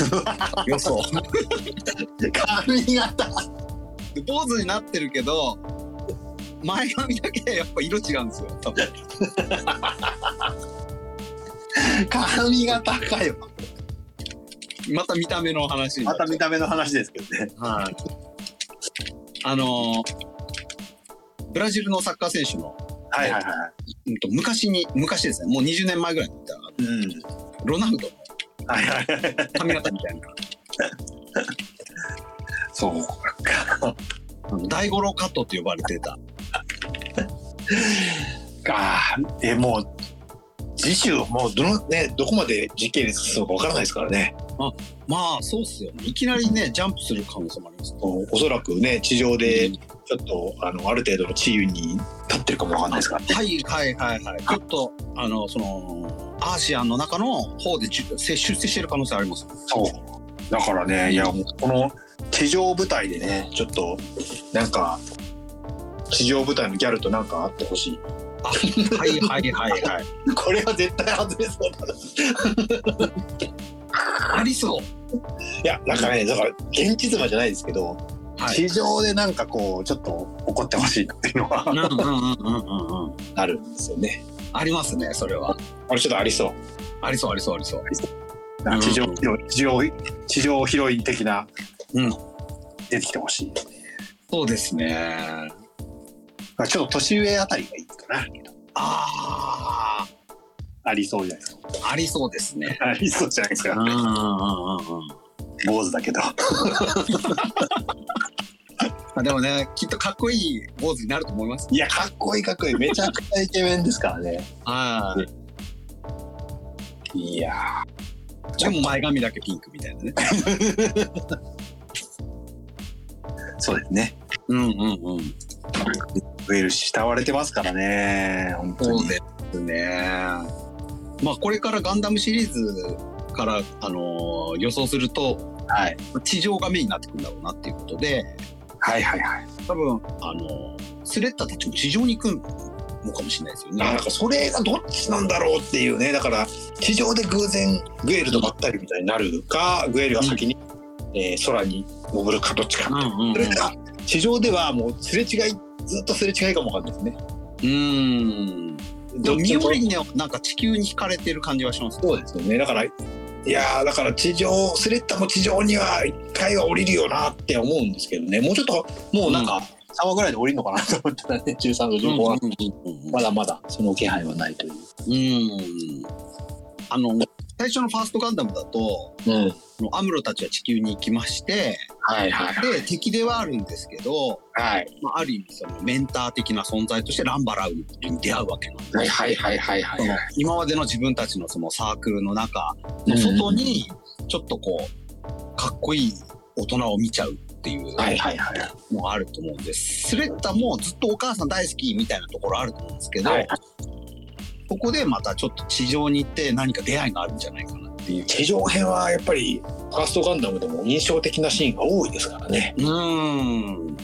Speaker 2: [LAUGHS]
Speaker 1: 予想。
Speaker 2: 髪型
Speaker 1: で坊主になってるけど前髪だけやっぱ色違うんですよ多
Speaker 2: [LAUGHS]
Speaker 1: 分
Speaker 2: 髪型かよ
Speaker 1: また見た目の話にな
Speaker 2: ま
Speaker 1: る
Speaker 2: た見た目の話ですけどね
Speaker 1: はいあのーブラジルのサッカー選手の、
Speaker 2: はいはいは
Speaker 1: うんと、昔に昔ですねもう20年前ぐらいにいた
Speaker 2: いうん
Speaker 1: ロナウドの
Speaker 2: はいはいはい
Speaker 1: 髪型みたいな
Speaker 2: そう
Speaker 1: あの大五郎カットって呼ばれてた
Speaker 2: かえもう次週もうどのねどこまで時系列進むかわからないですからね
Speaker 1: まあそうっすよねいきなりねジャンプする可能性もありますね
Speaker 2: おそらくね地上でちょっと、あのある程度の地位に立ってるかもわかんないですから
Speaker 1: はいはいはいはいちょっとあのそのアーシアンの中の方で出出世してる可能性あります
Speaker 2: そうだからねいやもうこの地上部隊でねちょっとなんか地上舞台のギャルとなんかあってほしい。
Speaker 1: はいはいはいはい。
Speaker 2: [LAUGHS] これは絶対外れそうだな。
Speaker 1: ありそう。
Speaker 2: いや、なんかね、だから、現地妻じゃないですけど、
Speaker 1: はい。
Speaker 2: 地上でなんかこう、ちょっと怒ってほしいなっていうの
Speaker 1: うんう
Speaker 2: は
Speaker 1: んうんうんうんうん。
Speaker 2: あるんですよね。
Speaker 1: ありますね、それは。
Speaker 2: あれちょっとありそう。
Speaker 1: ありそうありそうありそう。ん
Speaker 2: 地上ヒロイン、地上、地上ヒロイン的な、
Speaker 1: うん
Speaker 2: 出てきてほしい。
Speaker 1: そうですね。
Speaker 2: まあちょっと年上あたりがいいかな。
Speaker 1: あ
Speaker 2: ありそうじゃないですか。 [LAUGHS]
Speaker 1: あ、ありそうですね。
Speaker 2: ありそうじゃないです
Speaker 1: うん
Speaker 2: か
Speaker 1: う。んうんうんうん。
Speaker 2: 坊主だけど。
Speaker 1: まあでもね、きっとかっこいい坊主になると思います。
Speaker 2: いや、かっこいいかっこいい。めちゃくちゃイケメンですからね。。
Speaker 1: はい
Speaker 2: いや
Speaker 1: でも前髪だけピンクみたいなね。
Speaker 2: ーそうですね。
Speaker 1: うんうんうん。
Speaker 2: ウェールズ慕われてますからね。本当
Speaker 1: そう
Speaker 2: に。
Speaker 1: ですね。まあこれからガンダムシリーズから、あのー予想すると、
Speaker 2: はい。
Speaker 1: 地上がメインになってくるんだろうなっていうことで、
Speaker 2: はいはいはい。
Speaker 1: 多分、あのースレッタたちも地上に行くのかもしれないですよ
Speaker 2: なん
Speaker 1: ね。
Speaker 2: かそれがどっちなんだろうっていうね。だから、地上で偶然グエルとばったりみたいになるか、グエルが先に、えー空に潜るかどっちか。
Speaker 1: うんうんうん
Speaker 2: それか、地上ではもうすれ違い、ずっとすれ違いかもわかんないですね。
Speaker 1: うん。でもミオリーネはなんか地球に惹かれてる感じはします。
Speaker 2: そうですよね。だから、いやーだから地上、スレッタも地上には一回は降りるよなって思うんですけどね。もうちょっと、もうなんか、3話ぐらいで降りるのかなと思ったらね、13度、15話、 [LAUGHS]
Speaker 1: うん
Speaker 2: まだまだその気配はないという。
Speaker 1: うん。あの、最初のファーストガンダムだと、
Speaker 2: うん。
Speaker 1: あのアムロたちは地球に行きまして、
Speaker 2: はいはいはい。
Speaker 1: で、敵ではあるんですけど、
Speaker 2: はい
Speaker 1: まあ、ある意味そのメンター的な存在としてランバラウリに出会うわけなんです。
Speaker 2: はいはいはいはいは
Speaker 1: そ
Speaker 2: い
Speaker 1: の
Speaker 2: はい。
Speaker 1: 今までの自分たちのそのサークルの中の外に、ちょっとこう、かっこいい大人を見ちゃうっていう
Speaker 2: はいはいはい。
Speaker 1: のがあると思うんです。スレッタもずっとお母さん大好きみたいなところあると思うんですけど、
Speaker 2: はい
Speaker 1: ここでまたちょっと地上に行って何か出会いがあるんじゃないかなっていう。
Speaker 2: 地上編はやっぱり、ファーストガンダムでも印象的なシーンが多いですからね。
Speaker 1: うーん。
Speaker 2: うん。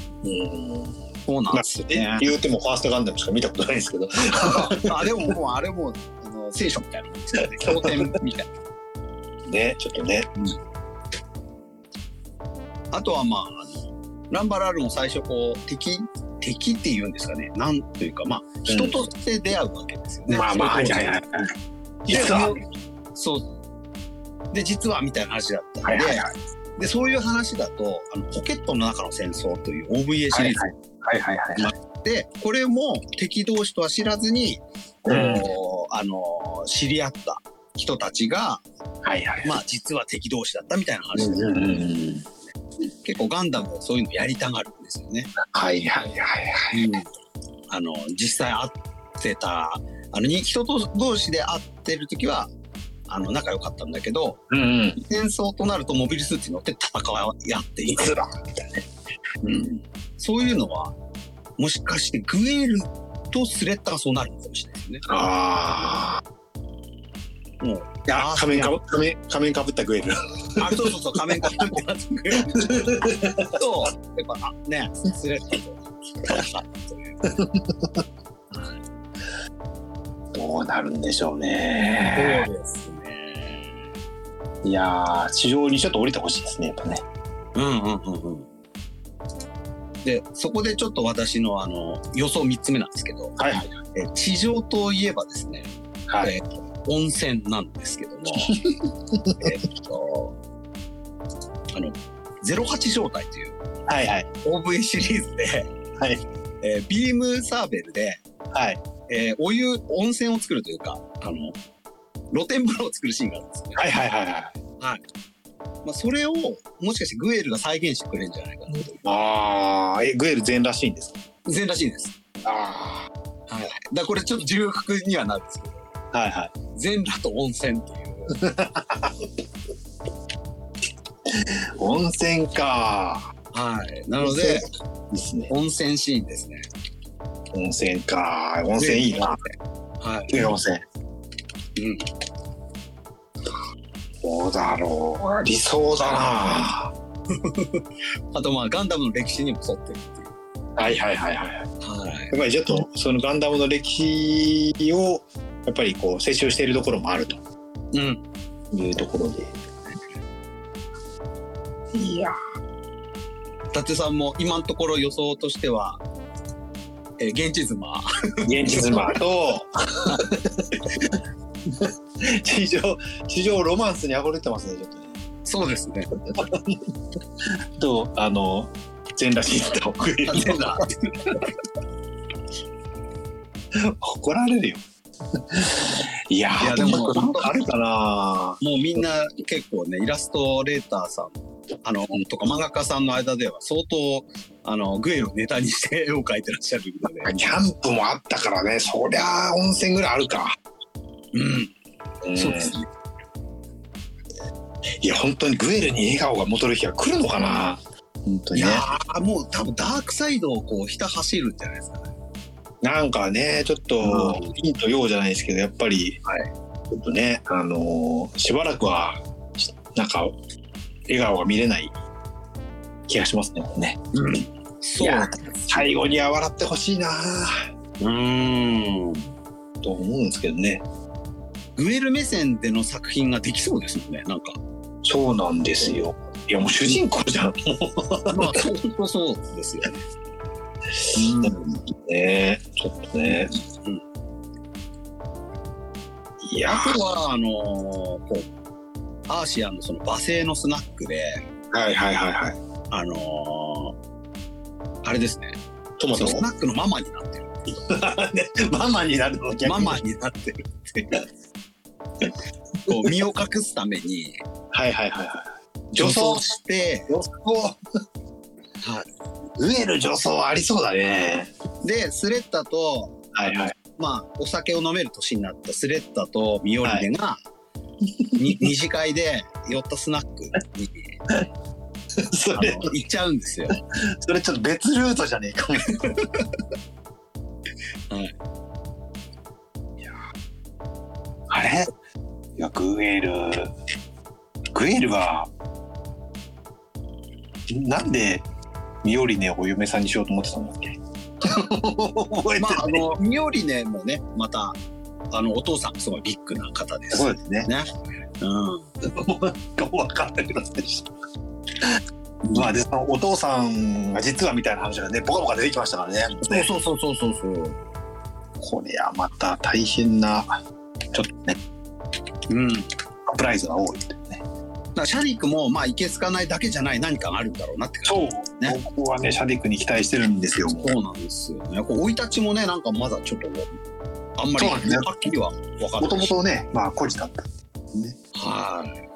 Speaker 1: そうなんですよね。
Speaker 2: 言うてもファーストガンダムしか見たことないですけど。 [LAUGHS]
Speaker 1: あれももうあれもあの聖書みたいなもんですよね。経典みたいな。
Speaker 2: ね、ちょっとね。
Speaker 1: あとはまあ、あのランバラルも最初こう敵、敵っていうんですかね。なんというか、まあ、人として出会うわけですよね。
Speaker 2: まあまあ、は
Speaker 1: そ
Speaker 2: い
Speaker 1: れと
Speaker 2: はいはい。
Speaker 1: で
Speaker 2: 実は
Speaker 1: そのそう。で、実はみたいな話だったんで、
Speaker 2: はいはいはい
Speaker 1: で、そういう話だと、あのポケットの中の戦争という OVA シリーズ
Speaker 2: はいはいはいはいはい。
Speaker 1: で、これも敵同士とは知らずに、
Speaker 2: うん
Speaker 1: こうあの、知り合った人たちが、
Speaker 2: はいはい。
Speaker 1: まあ実は敵同士だったみたいな話で
Speaker 2: うん
Speaker 1: す、
Speaker 2: うんうんうん
Speaker 1: 結構ガンダムはそういうのやりたがるんですよね。
Speaker 2: はいはいはいはい。
Speaker 1: あの、実際会ってた、あの、人と同士で会ってる時は、あの、仲良かったんだけど、
Speaker 2: うんうん。
Speaker 1: 戦争となるとモビルスーツに乗って戦い合っていく。
Speaker 2: ら。
Speaker 1: うんそういうのは、もしかしてグエルとスレッタがそうなるのかもしれないですね。
Speaker 2: あ
Speaker 1: もう
Speaker 2: あ。いや、仮面かぶ仮面仮面かぶったグエル。
Speaker 1: あ、そうそうそう、仮面かぶってなってくれる。と、やっぱ、あね、スレッタと。
Speaker 2: どうなるんでしょうね。
Speaker 1: そうですね。
Speaker 2: いやー、地上にちょっと降りてほしいですね、やっぱね。
Speaker 1: うんうんうんうん。で、そこでちょっと私のあの予想3つ目なんですけど、
Speaker 2: はいはい。
Speaker 1: え地上といえばですね、
Speaker 2: はい。
Speaker 1: えー温泉なんです [LAUGHS] けども、えっと、あの、08状態という
Speaker 2: はいはい。
Speaker 1: OV シリーズで、 [LAUGHS]
Speaker 2: はい
Speaker 1: えービームサーベルで、
Speaker 2: はい。
Speaker 1: えーお湯、温泉を作るというか、あの、露天風呂を作るシーンがあるんですね。
Speaker 2: はいはいはいはい。
Speaker 1: まあ、それを、もしかしてグエルが再現してくれるんじゃないかなという。
Speaker 2: ああ、え、グエル全らしいんですか
Speaker 1: 全らしいです。
Speaker 2: あ
Speaker 1: はい。だからこれちょっと重複にはなるんですけど、
Speaker 2: あ。はいはい。
Speaker 1: 全裸と温泉という。
Speaker 2: 温泉か。
Speaker 1: はい。なので、
Speaker 2: いいですね。
Speaker 1: 温泉シーンですね。
Speaker 2: 温泉か。温泉いいな。。
Speaker 1: はい。
Speaker 2: グエル温泉。
Speaker 1: うん。
Speaker 2: どうだろう。理想だな。
Speaker 1: あとまあ、ガンダムの歴史にも沿ってるっていう。
Speaker 2: はいはいはいはい。や
Speaker 1: はい。
Speaker 2: っぱりちょっとそのガンダムの歴史をやっぱりこう成長しているところもあると
Speaker 1: うん。
Speaker 2: いうところで。いや
Speaker 1: 伊達さんも今のところ予想としては、えー、現地妻。
Speaker 2: ー、現実マと地上地上ロマンスに溢れてますねちょっとね。
Speaker 1: そうですね。
Speaker 2: とあの全裸シート
Speaker 1: あ全裸
Speaker 2: 怒られるよ。いやー
Speaker 1: いやで
Speaker 2: で
Speaker 1: も
Speaker 2: もなんかあるかな。
Speaker 1: [LAUGHS] もうみんな結構ね、イラストレーターさん、あの、とか漫画家さんの間では相当、あの、グエルをネタにして絵を描いてらっしゃるので。
Speaker 2: キャンプもあったからね、そりゃあ温泉ぐらいあるか。
Speaker 1: うん。
Speaker 2: ん
Speaker 1: そうですね。
Speaker 2: いや、本当にグエルに笑顔が戻る日が来るのかな。本当
Speaker 1: い
Speaker 2: に
Speaker 1: や
Speaker 2: ね。
Speaker 1: ー、もう多分ダークサイドをこう、ひた走るんじゃないですかね。
Speaker 2: なんかね、ちょっと
Speaker 1: う、
Speaker 2: 陰と陽じゃないですけど、やっぱり、
Speaker 1: は
Speaker 2: ちょっとね、あのーしばらくは、しなんか、笑顔が見れない気がしますね。ね
Speaker 1: うん。
Speaker 2: い
Speaker 1: そう。
Speaker 2: や最後には笑ってほしいな
Speaker 1: うん。
Speaker 2: と思うんですけどね。
Speaker 1: グエル目線での作品ができそうですもんね、なんか。
Speaker 2: そうなんですよ。いや、もう主人公じゃん。
Speaker 1: まあ、そう本当そうですよね。
Speaker 2: ねちょっとね。
Speaker 1: うん
Speaker 2: いや
Speaker 1: あとは、あのーこう、アーシアンのその馬製のスナックで、
Speaker 2: はいはいはいはい。
Speaker 1: あのーあれですね、
Speaker 2: トマ
Speaker 1: そ
Speaker 2: ト
Speaker 1: のスナックのママになってる。
Speaker 2: ママになるの逆に
Speaker 1: ママになってるっていう。こう身を隠すために
Speaker 2: はいはいはいはい。
Speaker 1: 女
Speaker 2: 女
Speaker 1: 装
Speaker 2: 装
Speaker 1: して、
Speaker 2: 女装
Speaker 1: は
Speaker 2: ウエル女装ありそうだね。
Speaker 1: で、スレッタと、
Speaker 2: はいはい。
Speaker 1: まあ、お酒を飲める年になったスレッタとミオリネが、に二次会で寄ったスナックに
Speaker 2: そ
Speaker 1: あ
Speaker 2: れ、
Speaker 1: の行っちゃうんですよ。
Speaker 2: それちょっと別ルートじゃねえかも。
Speaker 1: はい
Speaker 2: いやあれいや、グエル。グエルは、なんでミオリネをお嫁さんにしようと思ってたんだっけ [LAUGHS] 覚えてない、
Speaker 1: まあ、あの、ミオリネもね、また、あの、お父さん、すごいビッグな方です。
Speaker 2: そうですね。
Speaker 1: ね。うん。
Speaker 2: もう分かんなくなってきた [LAUGHS] まあ、で、そのお父さんが実はみたいな話がね、ボカボカ出てきましたからね。
Speaker 1: そうそうそうそうそうそう。
Speaker 2: これはまた大変な、ちょっとね、
Speaker 1: うん。だ
Speaker 2: サプライズが多いっていうね。
Speaker 1: からシャディックも、まあ、いけつかないだけじゃない何かがあるんだろうなって感
Speaker 2: そう。ね、僕はね、シャディックに期待してるんですよ。
Speaker 1: じ。そうなんですよね。こう生い立ちもね、なんかまだちょっと、あんまり、
Speaker 2: そうなんですね
Speaker 1: はっきりは分かん
Speaker 2: もと
Speaker 1: な
Speaker 2: も
Speaker 1: い。
Speaker 2: とね、まあ、孤児だった。
Speaker 1: はい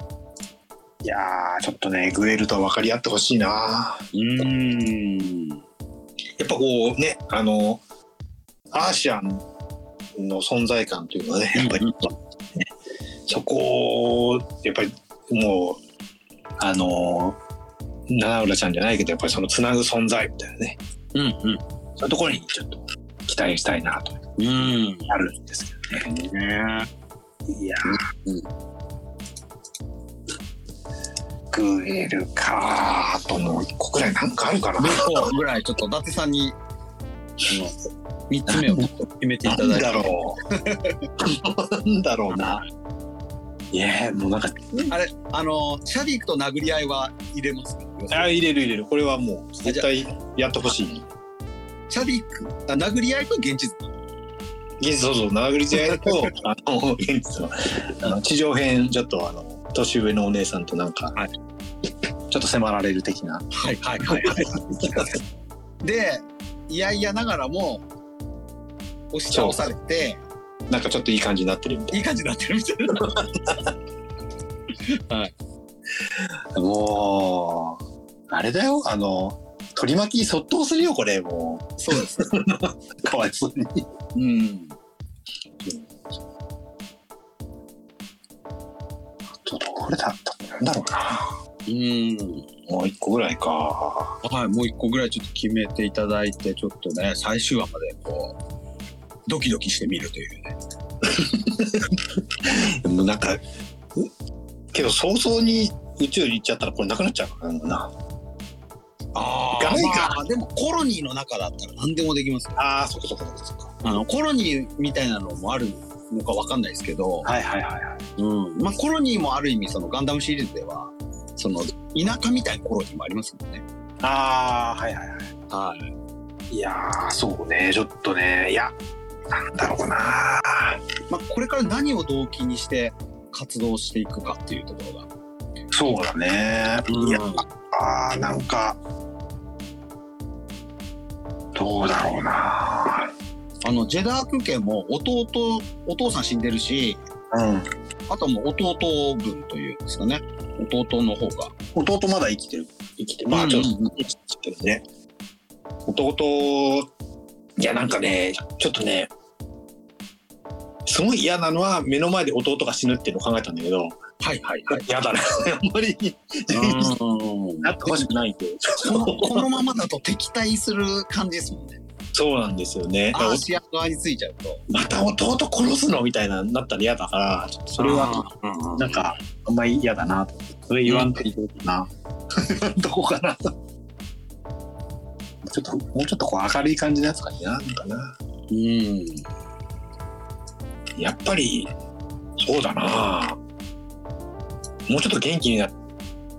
Speaker 2: やー、ちょっとね、グエルと分かり合ってほしいな。
Speaker 1: い。うーん。
Speaker 2: やっぱこうね、あの、アーシアンの存在感というのはね、やっぱり、
Speaker 1: うん
Speaker 2: そこを、やっぱりもう、あの、七浦ちゃんじゃないけど、やっぱりそのつなぐ存在みたいなね、
Speaker 1: うんうん。
Speaker 2: そういうところにちょっと期待したいなと、
Speaker 1: うん。
Speaker 2: あるんですけど
Speaker 1: [LAUGHS]
Speaker 2: ね。
Speaker 1: ね
Speaker 2: いや
Speaker 1: う
Speaker 2: ー、グエルかーと、もう一個くらいなんかあるかな。
Speaker 1: もう一個ぐらい、ちょっと伊達さんに、あの、三つ目を決めていただいて。
Speaker 2: なんだろう。なんだろうな。いや、もうなんか、
Speaker 1: あれ、あの、シャディックと殴り合いは入れますか
Speaker 2: あ、入れる入れる。これはもう、絶対やってほしい。
Speaker 1: シャディック、あ殴り合いと現実。
Speaker 2: 現実、そうそう、殴り合いと、 [LAUGHS] あの、現実の、あの地上編、ちょっと、あの、年上のお姉さんとなんか、
Speaker 1: はい
Speaker 2: ちょっと迫られる的な。
Speaker 1: はいはい [LAUGHS] はいで、いやいやながらも、押し倒されて、
Speaker 2: なんかちょっといい感じになってるみたい
Speaker 1: いい感じになってるみたいな。
Speaker 2: な。もう、あれだよ、あの、取り巻きそっとするよ、これ、も
Speaker 1: そうです。
Speaker 2: う。かわいそうに。
Speaker 1: うん。
Speaker 2: ちょっと、これだったなんだろうな。
Speaker 1: うん。
Speaker 2: もう一個ぐらいか。
Speaker 1: はい、もう一個ぐらいちょっと決めていただいて、ちょっとね、最終話までこう、ドキドキしてみるというね。
Speaker 2: でもなんか、うけど早々に宇宙に行っちゃったらこれなくなっちゃうからな。
Speaker 1: あ
Speaker 2: ガンいか
Speaker 1: まあ、でもコロニーの中だったら何でもできますよ
Speaker 2: ああ、そこそこそこそこ。
Speaker 1: あのコロニーみたいなのもあるのかわかんないですけど、
Speaker 2: はいはいはいはい。
Speaker 1: うんまあ、コロニーもある意味そのガンダムシリーズではその田舎みたいなコロニーもありますもんね。
Speaker 2: ああ、はいはいは
Speaker 1: はい、
Speaker 2: い。いやー、そうね、ちょっとね、いや、なんだろうな。
Speaker 1: まあ、これから何を動機にして活動していくかっていうところが。
Speaker 2: そうだね。いや
Speaker 1: うん
Speaker 2: あーなんかどうだろうな
Speaker 1: あのジェダーク家も弟お父さん死んでるし
Speaker 2: うん
Speaker 1: あともう弟分というんですかね弟の方が
Speaker 2: 弟まだ生きてる生きてまあちょっと
Speaker 1: うんうんうん
Speaker 2: 生きてるね弟いやなんかねちょっとねすごい嫌なのは目の前で弟が死ぬっていうのを考えたんだけど
Speaker 1: はいはいはい。
Speaker 2: 嫌 [LAUGHS] だなあんまりなってほしくないんで
Speaker 1: このこのままだと敵対する感じですもんね。
Speaker 2: そうなんですよねだか
Speaker 1: ア
Speaker 2: ら
Speaker 1: ーシア側についちゃうと。
Speaker 2: また弟殺すのみたいななったら嫌だからちょっとそれは
Speaker 1: は。
Speaker 2: なんか、あんまり嫌だなと思って。それ言わんといていいな。どこかなと。ちょっと、もうちょっとこう明るい感じのやつがいいな、なんかな。
Speaker 1: うん。
Speaker 2: やっぱり、そうだな。もうちょっと元気になっ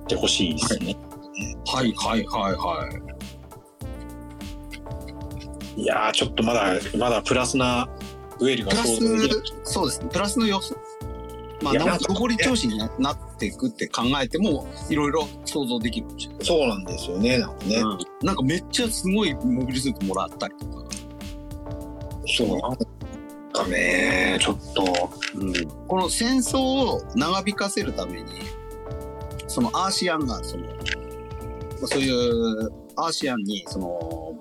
Speaker 2: てほしいですね。
Speaker 1: はいはいはいはい。
Speaker 2: い、やー、ちょっとまだ、まだプラスなウェルが
Speaker 1: プラス
Speaker 2: 想像できない、
Speaker 1: そうですね。プラスの要素。まあ、
Speaker 2: いや
Speaker 1: な
Speaker 2: なんん
Speaker 1: か
Speaker 2: か
Speaker 1: 上り調子になっていくって考えても、いろいろ想像できるかもしれない。
Speaker 2: そうなんですよね、なんかね。
Speaker 1: うんなんかめっちゃすごいモビルスーツもらったりとか。
Speaker 2: そうなんかね、ちょっと。
Speaker 1: この戦争を長引かせるためにそのアーシアンがそのまあそういうアーシアンにその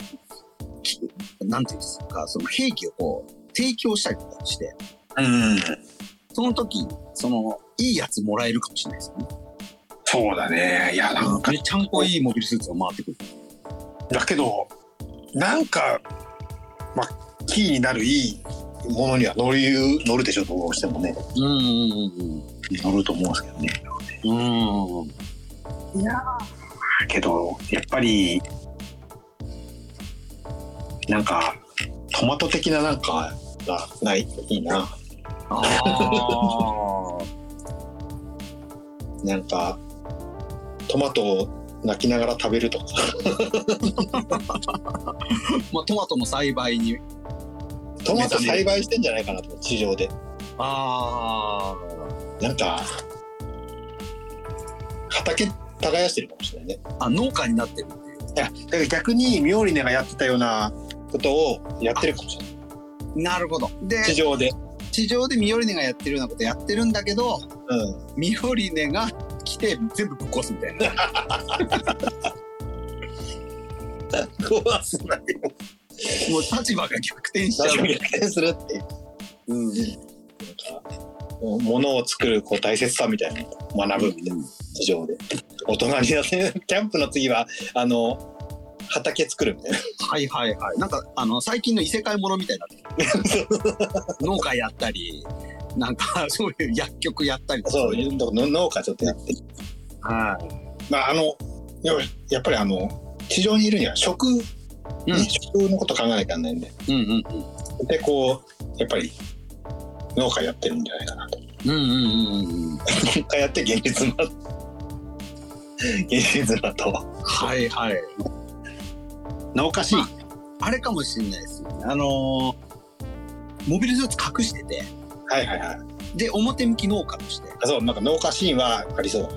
Speaker 1: きなんていうんですかその兵器をこう提供したりとかして
Speaker 2: うん。
Speaker 1: その時そのいいやつもらえるかもしれないですよね。
Speaker 2: そうだね。いや、なんか
Speaker 1: めちゃんこいいモビルスーツが回ってくる。
Speaker 2: だけどなんか、まあ、キーになるいいものには乗る乗るでしょうどうしてもね
Speaker 1: うんうん
Speaker 2: 乗ると思うんですけどね
Speaker 1: うんうん。うん。
Speaker 2: いやーけどやっぱりなんかトマト的ななんかがないいいな
Speaker 1: ああ。
Speaker 2: なんかトマトを泣きながら食べるとか
Speaker 1: [LAUGHS] まあトマトの栽培に。
Speaker 2: トマト栽培してんじゃないかなと思う地上で
Speaker 1: あ
Speaker 2: なんか畑耕してるかもしれないね
Speaker 1: あ。あ農家になってるっていう。
Speaker 2: いやだから逆にミオリネがやってたようなことをやってるかもしれない
Speaker 1: なるほど。で
Speaker 2: 地上で、
Speaker 1: 地上でミオリネがやってるようなことやってるんだけど
Speaker 2: うん、
Speaker 1: ミオリネが来て全部ぶっ壊すみた
Speaker 2: [LAUGHS]
Speaker 1: いな
Speaker 2: 壊すなよ
Speaker 1: もう立場が逆転しちゃ
Speaker 2: 最
Speaker 1: う
Speaker 2: 初、逆転するっていう
Speaker 1: うん、
Speaker 2: なんかもう物を作るこう大切さみたいなのを学ぶみたいな、地上で大人になってキャンプの次はあの畑作るみたいな
Speaker 1: はいはいはいなんかあの最近の異世界ものみたい
Speaker 2: [LAUGHS]
Speaker 1: になってる農家やったりなんかそういう薬局やったりとか
Speaker 2: そういうとこの農家ちょっとやって
Speaker 1: はい
Speaker 2: まああの要はやっぱりあの地上にいるには食、ね
Speaker 1: うん
Speaker 2: 食のこと考えなきゃいけないんで
Speaker 1: うんうん
Speaker 2: でこうやっぱり農家やってるんじゃないかなと。
Speaker 1: うんうんうんうんうん
Speaker 2: 一回やって現実な [LAUGHS] 現実なと
Speaker 1: はいはい
Speaker 2: なおかしい、
Speaker 1: まあれかもしれないですよねあのーモビルスーツ隠してて
Speaker 2: はいはいはい
Speaker 1: で表向き農家として
Speaker 2: あそうなんか脳化シーンはありそう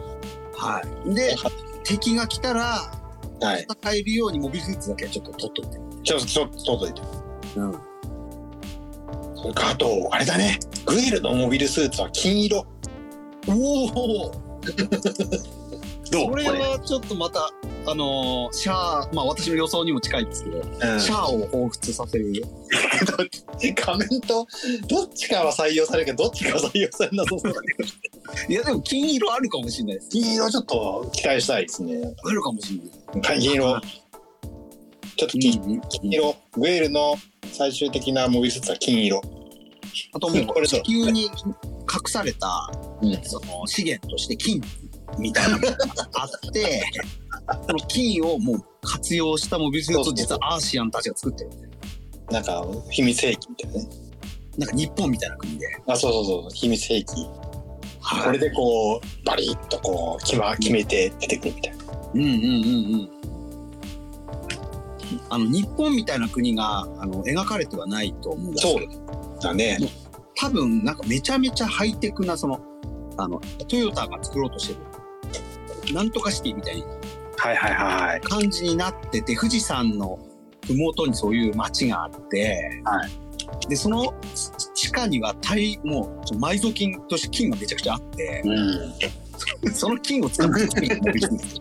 Speaker 1: はいで敵が来たら
Speaker 2: はい
Speaker 1: 戦えるようにモビルスーツだけはちょっと取っといて。
Speaker 2: ちょっとちょっと届いて
Speaker 1: うん。
Speaker 2: それかあとあれだねグエルのモビルスーツは金色
Speaker 1: おお。
Speaker 2: どう
Speaker 1: これはちょっとまたあのーシャアまあ私の予想にも近いんですけど、
Speaker 2: うん
Speaker 1: シャアを彷彿させる。
Speaker 2: 仮面とどっちかは採用されるけどどっちかは採用されなさそうだね
Speaker 1: いやでも金色あるかもしれないです。
Speaker 2: 金色ちょっと期待したいですね
Speaker 1: あるかもしれない。
Speaker 2: 金色ちょっと金
Speaker 1: 金
Speaker 2: 色グエルの最終的なモビルスーツは金色
Speaker 1: あとも
Speaker 2: こ
Speaker 1: う
Speaker 2: れだ
Speaker 1: 地球に隠された、
Speaker 2: うん
Speaker 1: その資源として金みたいなのがあって。その金をもう活用したモビルスーツ
Speaker 2: そ
Speaker 1: を
Speaker 2: うそう
Speaker 1: 実
Speaker 2: そう
Speaker 1: はアーシアンたちが作ってるんで、
Speaker 2: なんか、秘密兵器みたいなね。
Speaker 1: なんか日本みたいな国で、
Speaker 2: あ、そうそうそう、秘密兵器。こ
Speaker 1: は
Speaker 2: れ
Speaker 1: い、
Speaker 2: でこう、バリッとこう、決ま、決めて出てくるみたいな。
Speaker 1: うんうんうんうん。あの日本みたいな国があの描かれてはないと思うんですけど、
Speaker 2: だね。
Speaker 1: 多分なんかめちゃめちゃハイテクなそのあのトヨタが作ろうとしてるなんとかシティみたいな
Speaker 2: はいはいはい。
Speaker 1: 感じになってて富士山の麓にそういう町があって、
Speaker 2: は
Speaker 1: でその地下には大もう埋蔵金として金がめちゃくちゃあって
Speaker 2: うん。
Speaker 1: その金を使って作るのがビジネス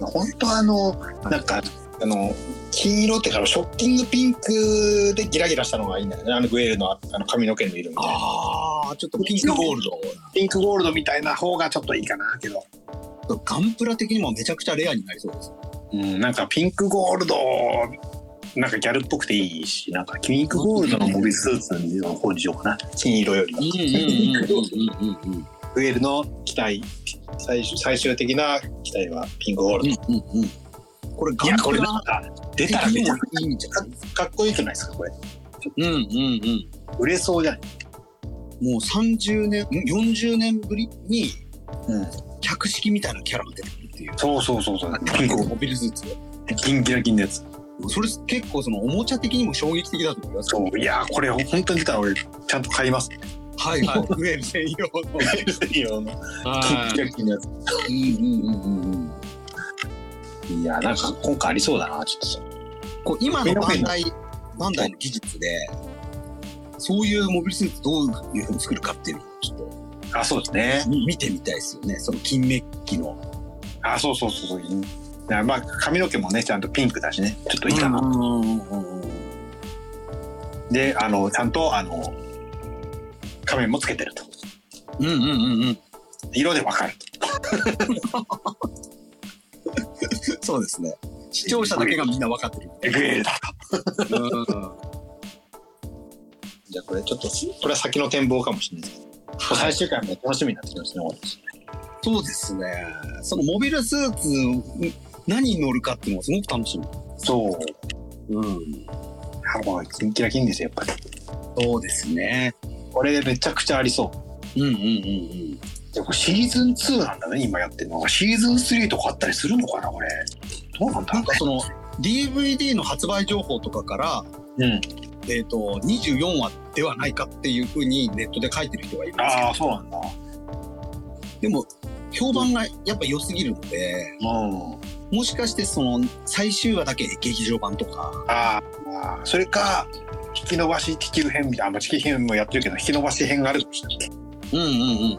Speaker 2: 本当あの、なんか、あの、金色ってからショッキングピンクでギラギラしたのがいいんだよね。あのグエルのああの髪の毛の色みたいな。
Speaker 1: [LAUGHS] ああちょっとピンクゴールド
Speaker 2: ピンクゴールドみたいな方がちょっといいかなけど。
Speaker 1: ガンプラ的にもめちゃくちゃレアになりそうです
Speaker 2: うん、なんかピンクゴールド、なんかギャルっぽくていいし、なんかピンクゴールドのモビルスーツの方にしようかな。金色よりは。
Speaker 1: うんうんうんうん
Speaker 2: グエルの機体、最終最終的な機体はピンクゴールド。
Speaker 1: うんうんうんこれ
Speaker 2: い
Speaker 1: ガ
Speaker 2: や、
Speaker 1: ン
Speaker 2: こ
Speaker 1: プ
Speaker 2: れ
Speaker 1: ラ
Speaker 2: なんか、出たらめちゃくち
Speaker 1: いいんじゃない
Speaker 2: ゃかっこいいくないですか、これ。
Speaker 1: うんうん
Speaker 2: 売れそうじゃない
Speaker 1: うん。もう30年、ん40年ぶりに
Speaker 2: うん、
Speaker 1: 客式みたいなキャラが出てくるっていう。
Speaker 2: そうそうそうそう。ピンクゴール
Speaker 1: モビルスーツ。
Speaker 2: ド。キンキラキンのやつ。
Speaker 1: それ結構そのおもちゃ的にも衝撃的だと思います。
Speaker 2: そう。いや、これ本当に出たら俺、ちゃんと買います。
Speaker 1: はいはい。ウェル専用 [LAUGHS] の。
Speaker 2: [LAUGHS] いいよキンキラキンのやつ。
Speaker 1: い。うんうんうんうんうん。
Speaker 2: いや、なんか今回ありそうだな、ちょっとそれ。
Speaker 1: こう今のバンダイ、バンダイの技術で、そういうモビルスーツどういうふうに作るかっていうのをちょっと
Speaker 2: あ、そうですね。
Speaker 1: 見見てみたいですよね。その金メッキの。
Speaker 2: あ、そうそうそうそう。いいあまあ、髪の毛もね、ちゃんとピンクだしね、ちょっといいかな。
Speaker 1: うんうんうんうん
Speaker 2: で、あの、ちゃんと、あの、仮面もつけてると。
Speaker 1: うんうんうんうん。
Speaker 2: 色でわかると。
Speaker 1: [LAUGHS] そうですね。視聴者だけがみんな分かってる。
Speaker 2: えグエルだ。
Speaker 1: う
Speaker 2: じゃあこれちょっと、これは先の展望かもしれないですけど、最終回も楽しみになってきますね、私
Speaker 1: そうですね。そのモビルスーツ、何に乗るかっていうのがすごく楽しみ。
Speaker 2: そう。
Speaker 1: うん。
Speaker 2: あもう、キンキラキンですよ、やっぱり。
Speaker 1: そうですね。
Speaker 2: これめちゃくちゃありそう。
Speaker 1: うんうんうんうん。
Speaker 2: でもシーズン2なんだね、今やってるのが。シーズン3とかあったりするのかな、これ。どうなんだ
Speaker 1: なんかその DVD の発売情報とかから、
Speaker 2: うん。
Speaker 1: えっ、と、24話ではないかっていうふうにネットで書いてる人がいるんですけ
Speaker 2: ああ、そうなんだ。
Speaker 1: ど、でも、評判がやっぱ良すぎるので、
Speaker 2: うん。
Speaker 1: もしかしてその最終話だけ劇場版とか、
Speaker 2: ああ、それか、引き伸ばし地球編みたいな、あまあ地球編もやってるけど、引き伸ばし編があるかもしれない。
Speaker 1: うんうんうん。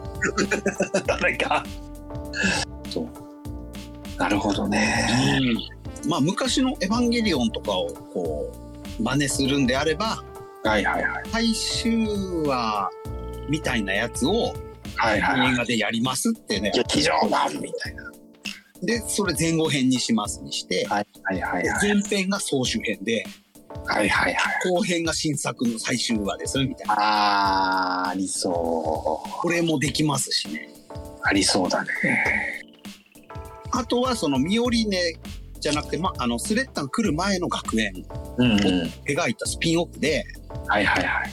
Speaker 2: 誰か。そう。なるほどね。
Speaker 1: まあ昔の「エヴァンゲリオン」とかをこう真似するんであれば
Speaker 2: はいはいは
Speaker 1: 最
Speaker 2: い。
Speaker 1: 終話みたいなやつを
Speaker 2: はいはいはい
Speaker 1: 映。画でやりますってね
Speaker 2: 劇場版みたいな。
Speaker 1: でそれ前後編にしますにして
Speaker 2: はいはいはい
Speaker 1: で
Speaker 2: はい。
Speaker 1: 前編が総集編で
Speaker 2: はいはいはい。
Speaker 1: 後編が新作の最終話ですみたいな
Speaker 2: あー、ありそう。
Speaker 1: これもできますしね
Speaker 2: ありそうだね。
Speaker 1: あとはそのミオリネじゃなくて、ま、あのスレッタン来る前の学園を
Speaker 2: うんうん。
Speaker 1: 描いたスピンオフで
Speaker 2: はいはいはい。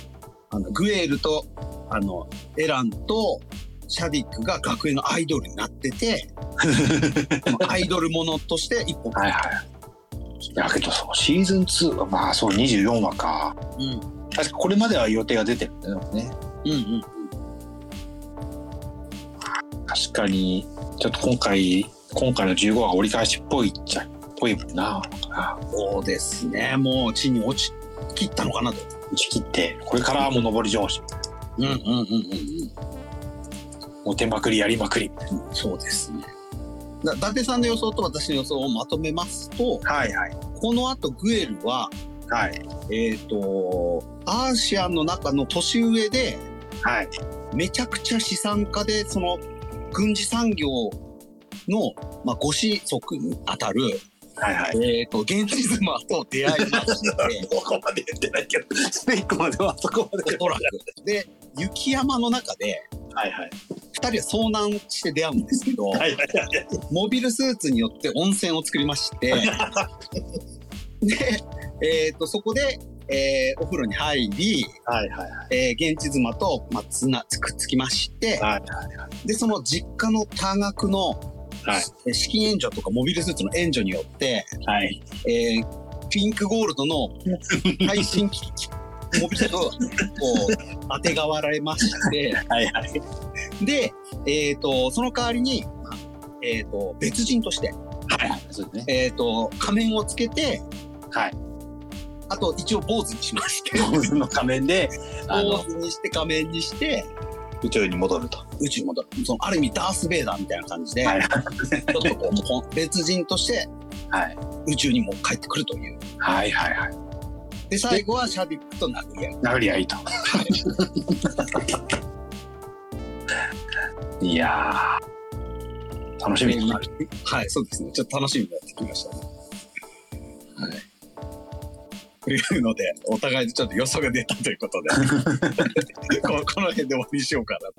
Speaker 1: あのグエルとあのエランとシャディックが学園のアイドルになって [LAUGHS] てまあアイドルものとして一本、
Speaker 2: はいはい。だけどそう、シーズン2は、まあそう、24話か。
Speaker 1: うん、
Speaker 2: 確かこれまでは予定が出てるんだよね。
Speaker 1: うん
Speaker 2: 確かに、ちょっと今回、今回の15話が折り返しっぽいっちゃっぽいもんな。
Speaker 1: そうですねもう地に落ちきったのかなと
Speaker 2: 打ち切って、これからはもう上り上司。
Speaker 1: うんうんうんうん
Speaker 2: モテまくりやりまくり。
Speaker 1: うんそうですねだ伊達さんの予想と私の予想をまとめますと
Speaker 2: はいはい。
Speaker 1: このあとグエルは
Speaker 2: はい。
Speaker 1: えっ、とアーシアンの中の年上で
Speaker 2: はい。
Speaker 1: めちゃくちゃ資産家でその軍事産業の、まあ、ご子息にあたる、
Speaker 2: はいはい。
Speaker 1: えー、と原始妻と出会いまして
Speaker 2: [LAUGHS] ここまで言ってない [LAUGHS] けど、スペインまではそこまで
Speaker 1: お。そらくで雪山の中で
Speaker 2: はいはい。
Speaker 1: 2人は遭難して出会うんですけど、
Speaker 2: はいはいはいはい。
Speaker 1: モビルスーツによって温泉を作りまして
Speaker 2: [LAUGHS]
Speaker 1: で、えー、とそこで、えーお風呂に入り、
Speaker 2: はいはいはい。
Speaker 1: えー現地妻と、まあ、つなくっつきまして
Speaker 2: はい
Speaker 1: でその実家の多額の、
Speaker 2: は
Speaker 1: えー資金援助とかモビルスーツの援助によって、
Speaker 2: はい。
Speaker 1: えーピンクゴールドの最新機器モビルスーツをこうあてがわれまして
Speaker 2: [LAUGHS] はいはい。
Speaker 1: で、えー、とその代わりに、まあえー、と別人として。
Speaker 2: はい。そうですね。
Speaker 1: えー、と仮面をつけて
Speaker 2: [LAUGHS] はい。
Speaker 1: あと一応坊主にしまして [LAUGHS]
Speaker 2: ポーズの仮面で、あ
Speaker 1: 坊
Speaker 2: の、
Speaker 1: 主にして仮面にして
Speaker 2: 宇宙に戻ると。
Speaker 1: 宇宙に戻るそのある意味ダース・ベイダーみたいな感じで、
Speaker 2: はい
Speaker 1: ちょっとこうもうほん別人として
Speaker 2: はい。
Speaker 1: 宇宙にも帰ってくるという
Speaker 2: はいはいはい。
Speaker 1: で最後はシャディックと殴り合い
Speaker 2: 殴り合いと。 [LAUGHS] いやー、楽しみになる。
Speaker 1: はいそうですねちょっと楽しみになってきましたねはいというのでお互いでちょっと予想が出たという
Speaker 2: [LAUGHS]
Speaker 1: ことでここの辺で終わりにしようかなと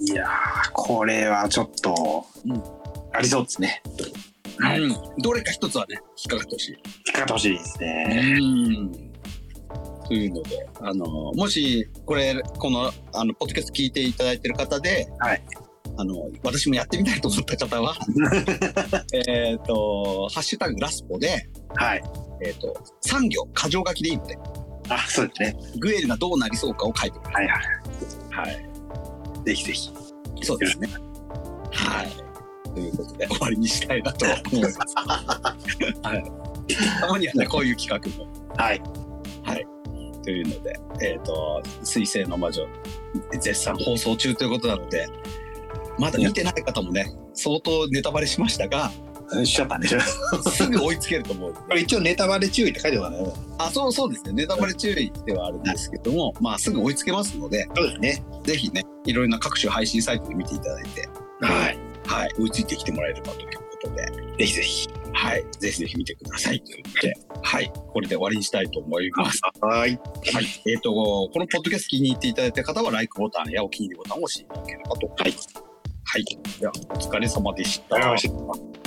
Speaker 2: いやー、これはちょっと、
Speaker 1: うん
Speaker 2: ありそうですね。はい。引っ
Speaker 1: うんどれか一つはね引っかかってほしい
Speaker 2: かかってほしいですね。
Speaker 1: うんというので、あの、もし、これ、この、あの、ポッドキャスト聞いていただいてる方で、
Speaker 2: はい
Speaker 1: あの、私もやってみたいと思った
Speaker 2: [LAUGHS]
Speaker 1: 方は、えっと、ハッシュタグラスポで、
Speaker 2: はい。
Speaker 1: えっ、と、産業、過剰書きでいいので、
Speaker 2: あ、そうですね。
Speaker 1: グエルがどうなりそうかを書いてくださ。
Speaker 2: はいいはい。はい。ぜひぜひ。
Speaker 1: そうですね。はい。ということで、終わりにしたいなと思います。はい。たまにはね、こういう企画も。
Speaker 2: はい。
Speaker 1: というので、えっ、と、水星の魔女、絶賛放送中ということなので、まだ見てない方もね、相当ネタバレしました
Speaker 2: [LAUGHS]
Speaker 1: が、
Speaker 2: しちゃったんでしょ。
Speaker 1: すぐ追いつけると思う。
Speaker 2: これ一応ネタバレ注意って書いておかない
Speaker 1: あ、そうそうですね。ネタバレ注意ではあるんですけども、まあ、すぐ追いつけますので、
Speaker 2: そうですね。
Speaker 1: ぜひね、いろいろな各種配信サイトで見ていただいて、
Speaker 2: はい。
Speaker 1: はい、追いついてきてもらえればということで、
Speaker 2: ぜひぜひ。
Speaker 1: はい、ぜひぜひ見てくださいということで、はい、これで終わりにしたいと思います。
Speaker 2: はい。
Speaker 1: はい、えっ、と、このポッドキャスト気に入っていただいた方は、ライクボタンやお気に入りボタンを押していただければと思います。はい。では、お疲れ様でした。
Speaker 2: ありがとうございました。